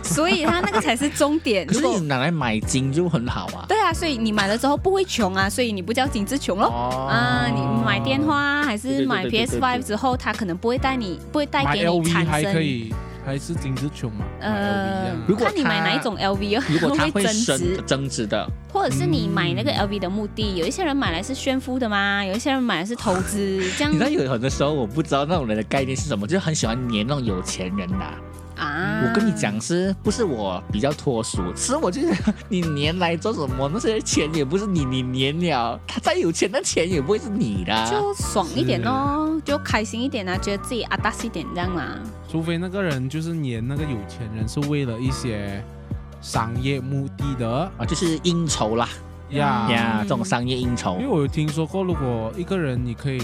Speaker 2: 所以它那个才是终点。
Speaker 3: 可
Speaker 2: 如
Speaker 3: 是
Speaker 2: 果
Speaker 3: 你拿来买金就很好啊。
Speaker 2: 对啊，所以你买了之后不会穷啊，所以你不叫精致穷咯。
Speaker 3: 哦
Speaker 2: 啊，你买电话还
Speaker 3: 对
Speaker 2: 是
Speaker 3: 对
Speaker 2: 买
Speaker 3: 对对
Speaker 2: PS
Speaker 3: 对
Speaker 2: Five
Speaker 3: 对
Speaker 2: 之后，它可能不会带你，不会带
Speaker 1: 买
Speaker 2: 给你
Speaker 1: LV
Speaker 2: 产
Speaker 1: 还可
Speaker 2: 生。
Speaker 1: 以，还是精致穷嘛？买 LV
Speaker 2: 呃
Speaker 1: 啊
Speaker 3: 如果
Speaker 2: 看你买
Speaker 3: 它
Speaker 2: 哪一种 LV 哦，
Speaker 3: 如果它
Speaker 2: 会
Speaker 3: 会
Speaker 2: 增值嗯
Speaker 3: 升增值的，
Speaker 2: 或者是你买那个
Speaker 3: 嗯
Speaker 2: LV 的目的，有一些人买来是炫富的嘛，有一些人买来是投资，这样
Speaker 3: 你知道有很多时候我不知道那种人的概念是什么，就是很喜欢黏那种有钱人呐、
Speaker 2: 啊。
Speaker 3: 我跟你讲，是不是我比较脱俗？是我就是你年来做什么，那些钱也不是你，你年了，他再有钱，那钱也不会是你的啊。
Speaker 2: 就爽一点哦，就开心一点啊，觉得自己阿达斯一点这样嘛。
Speaker 1: 除非那个人就是黏那个有钱人，是为了一些商业目的的
Speaker 3: 啊，就是应酬啦
Speaker 1: 呀。
Speaker 3: 呀，
Speaker 2: 嗯
Speaker 3: 这种商业应酬
Speaker 1: 因为。我有听说过，如果一个人你可以，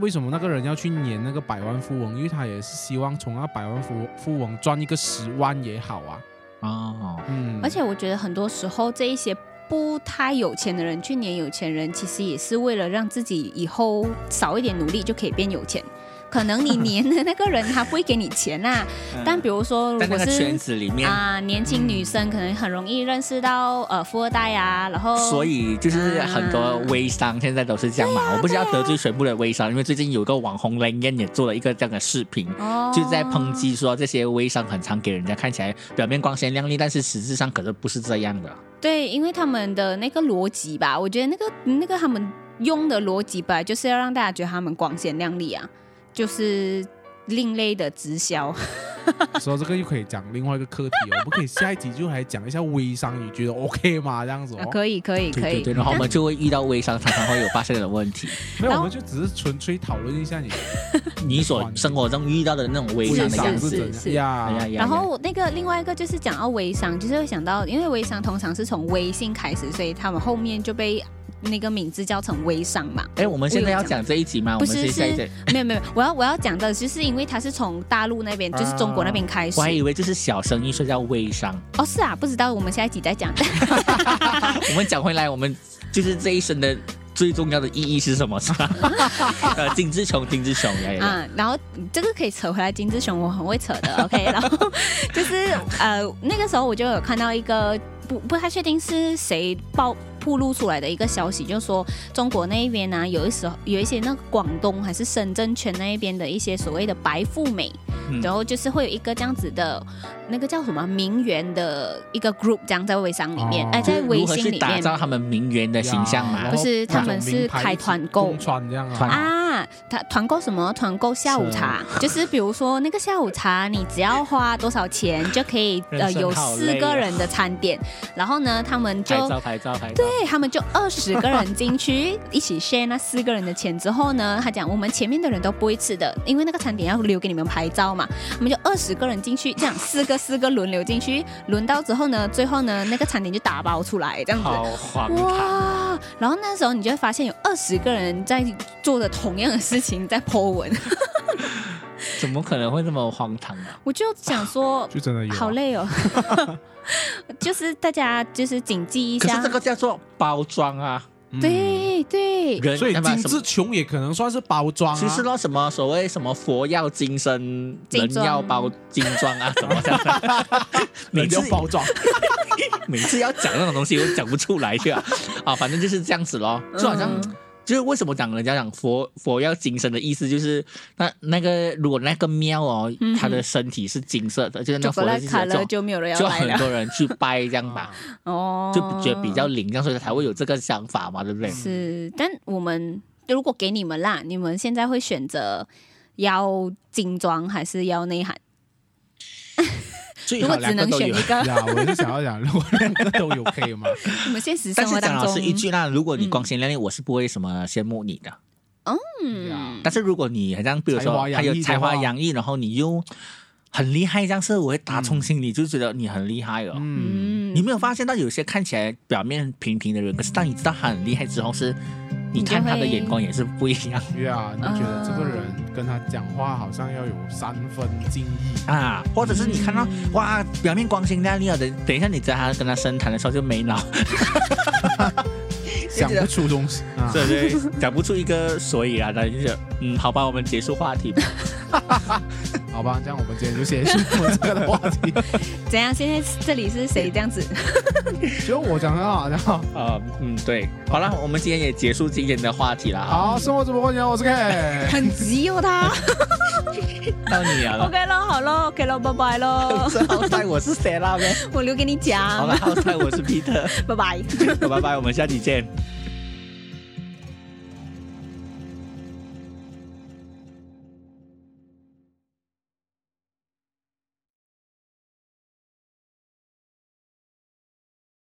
Speaker 1: 为什么那个人要去黏那个百万富翁？因为他也是希望从那百万富富翁赚一个十万也好啊。
Speaker 3: 哦，
Speaker 1: 嗯，
Speaker 2: 而且我觉得很多时候这一些不太有钱的人去年有钱人，其实也是为了让自己以后少一点努力就可以变有钱。可能 你黏的那个人他不会给你钱呐、但比如说如
Speaker 3: 在嗯那
Speaker 2: 果
Speaker 3: 个圈
Speaker 2: 是
Speaker 3: 子里面，
Speaker 2: 啊、年轻女生，可能很容易认识到呃富二代啊，然后
Speaker 3: 所以就是很多
Speaker 2: 嗯
Speaker 3: 微商现在都是这样嘛。我不是要得罪全部的微商，因为最近有一个网红 l a n g a n 也做了一个这样的视频，
Speaker 2: 哦
Speaker 3: 就在抨击说这些微商很常给人家看起来表面光鲜亮丽，但是实质上可是不是这样的。
Speaker 2: 对，因为他们的那个逻辑吧，我觉得那个那个他们用的逻辑吧，就是要让大家觉得他们光鲜亮丽啊，就是另类的直销。
Speaker 1: 说这个又可以讲另外一个课题哦，我们可以下一集就来讲一下微商，你觉得 OK 吗？这样子哦
Speaker 2: 啊，，可以，可以，可
Speaker 3: 对对
Speaker 2: 以
Speaker 3: 对，。然后我们就会遇到微商常常会有发生的问 题，
Speaker 1: 没有，
Speaker 2: 然
Speaker 1: 我
Speaker 2: 后
Speaker 1: 们就只是纯粹讨论一下你
Speaker 3: 你所生活中遇到的那种微
Speaker 1: 微
Speaker 3: 商的
Speaker 2: 是
Speaker 3: 样
Speaker 1: 商
Speaker 3: 子。
Speaker 1: 是
Speaker 2: 是
Speaker 1: 怎样
Speaker 3: 哎呀
Speaker 1: 呀？
Speaker 3: 呀
Speaker 2: 然
Speaker 3: 呀
Speaker 2: 后那个另外一个就是讲到微商，就是会想到，因为微商通常是从微信开始，所以他们后面就被那个名字叫成微商 嘛。
Speaker 3: 哎，我们现在要讲这一集吗？我
Speaker 2: 不
Speaker 3: 们
Speaker 2: 是
Speaker 3: 是下一集
Speaker 2: 是。没有没有，我要我要讲的就是因为它是从大陆那边，就是中国那边开始。
Speaker 3: 我还以为这是小生意，所以叫微商。
Speaker 2: 哦，是啊，不知道我们下一集再讲。
Speaker 3: 我们讲回来，我们就是这一生的最重要的意义是什么？是 吧？呃，金志雄，金志雄，呀呀呀
Speaker 2: 啊，然后这个可以扯回来，金志雄我很会扯 的，OK。然后就是呃，那个时候我就有看到一个不不太确定是谁爆曝露出来的一个消息，就说中国那一边呢、有一时候有一些那个广东还是深圳圈那一边的一些所谓的白富美，
Speaker 3: 嗯
Speaker 2: 然后就是会有一个这样子的那个叫什么啊名媛的一个 group，这样在微商里面，
Speaker 1: 哦
Speaker 2: 哎、在微
Speaker 3: 如何
Speaker 2: 信
Speaker 3: 去
Speaker 2: 里
Speaker 3: 打
Speaker 2: 面
Speaker 3: 造他们名媛的形象嘛
Speaker 1: 然
Speaker 2: 不
Speaker 1: 后
Speaker 2: 是他们
Speaker 1: 那种
Speaker 2: 是
Speaker 1: 名牌
Speaker 2: 开团购
Speaker 1: 共穿这样啊，
Speaker 3: 团
Speaker 2: 啊，啦，他团购什么？团购下午茶， 就是比如说那个下午茶，你只要花多少钱就可以呃
Speaker 3: 人生
Speaker 2: 有
Speaker 3: 好
Speaker 2: 四
Speaker 3: 累
Speaker 2: 个
Speaker 3: 啊
Speaker 2: 人的餐点，然后呢，他们就
Speaker 3: 拍照拍照拍照，
Speaker 2: 对他们就二十个人进去一起 share 那四个人的钱之后呢，他讲我们前面的人都不会吃的，因为那个餐点要留给你们拍照嘛，我们就二十个人进去，这样四个四个轮流进去，轮到之后呢，最后呢那个餐点就打包出来这样子。
Speaker 3: 好荒唐。
Speaker 2: 哇！然后那时候你就会发现有二十个人在做着同样的事情在 po 文，
Speaker 3: 怎么可能会这么荒唐啊？
Speaker 2: 我就想说
Speaker 1: 就真的有啊、
Speaker 2: 好累哦， 就是大家就是谨记一
Speaker 3: 可
Speaker 2: 下
Speaker 3: 是这，个叫做包装啊，
Speaker 1: 嗯，
Speaker 2: 对对，
Speaker 3: 人
Speaker 1: 所以
Speaker 3: 哎不
Speaker 1: 金
Speaker 3: 什么
Speaker 1: 志琼也可能算是包装、啊，
Speaker 3: 其实咯，什么所谓什么佛要金身，
Speaker 2: 金
Speaker 3: 人
Speaker 2: 装
Speaker 3: 要包金装 啊，什么这样的每
Speaker 1: 人
Speaker 3: 次
Speaker 1: 家包装，
Speaker 3: 每次要讲那种东西，我讲不出来去啊啊，反正就是这样子咯，就好像。
Speaker 2: 嗯
Speaker 3: 就是为什么讲人家讲佛佛要金身的意思，就是那那个如果那个庙哦
Speaker 2: 嗯，
Speaker 3: 他的身体是金色的，就是那佛的
Speaker 2: chocolate
Speaker 3: 金 色
Speaker 2: color
Speaker 3: 的，就
Speaker 2: 就没有人要
Speaker 3: 就
Speaker 2: 来
Speaker 3: 很
Speaker 2: 了
Speaker 3: 多人去拜这样吧，
Speaker 2: 哦，
Speaker 3: 就觉得比较灵，这样所以才会有这个想法嘛，对不对？
Speaker 2: 是，但我们如果给你们啦，你们现在会选择要精装还是要内涵？
Speaker 3: 最
Speaker 2: 如
Speaker 3: 好
Speaker 2: 果只
Speaker 3: 两个
Speaker 2: 能
Speaker 3: 都
Speaker 2: 选
Speaker 3: 有
Speaker 2: 一。 个，
Speaker 1: 呀，我是想要讲，如果两个都有可以吗？
Speaker 2: 你们现实生
Speaker 3: 但
Speaker 2: 活
Speaker 3: 是讲
Speaker 2: 当
Speaker 3: 老
Speaker 2: 中
Speaker 3: 师，一句啦，如果你
Speaker 2: 嗯
Speaker 3: 光鲜亮丽，我是不会什么羡慕你的。
Speaker 2: 嗯，
Speaker 3: 但是如果你好像比如
Speaker 1: 才
Speaker 3: 说
Speaker 1: 华洋
Speaker 3: 还
Speaker 1: 溢的
Speaker 3: 有才华
Speaker 1: 话
Speaker 3: 洋溢，然后你又很厉害，这样是我会打从心里就觉得你很厉害哦。
Speaker 1: 嗯，
Speaker 2: 嗯
Speaker 3: 你没有发现到有些看起来表面平平的人，可是当你知道他很厉害之后，是
Speaker 2: 你
Speaker 3: 你
Speaker 2: 就
Speaker 3: 看他的
Speaker 2: 会
Speaker 3: 眼光也是不一样
Speaker 2: 嗯
Speaker 1: 呀，你觉得这
Speaker 2: 啊
Speaker 1: 个人跟他讲话好像要有三分敬意，
Speaker 3: 啊。或者是你看到
Speaker 2: 嗯
Speaker 3: 哇，表面光鲜亮丽啊，等等一下你在他跟他深谈的时候就没脑，
Speaker 1: 想不出东西啊。
Speaker 3: 对对， 讲不出一个所以然来，就是嗯，好吧，我们结束话题吧。
Speaker 1: 好吧，这样我们今天就先 结束这个的话题。
Speaker 2: 怎样？现在这里是谁这样子？
Speaker 1: 觉得我讲得很好，然后
Speaker 3: 呃，嗯，对，好了，我们今天也结束今天的话题了啊，
Speaker 1: 好，生活主播过年，我是 K。
Speaker 2: 很急哦，他。
Speaker 3: 到你 了。
Speaker 2: OK 咯， 好咯，OK 咯，拜拜 咯，
Speaker 3: 是奥赛，我是 Stella 呗。
Speaker 2: 我留给你
Speaker 3: 好
Speaker 2: 讲
Speaker 3: 了，，奥赛，我是 Peter。
Speaker 2: 拜拜。
Speaker 3: 拜拜，我们下期见。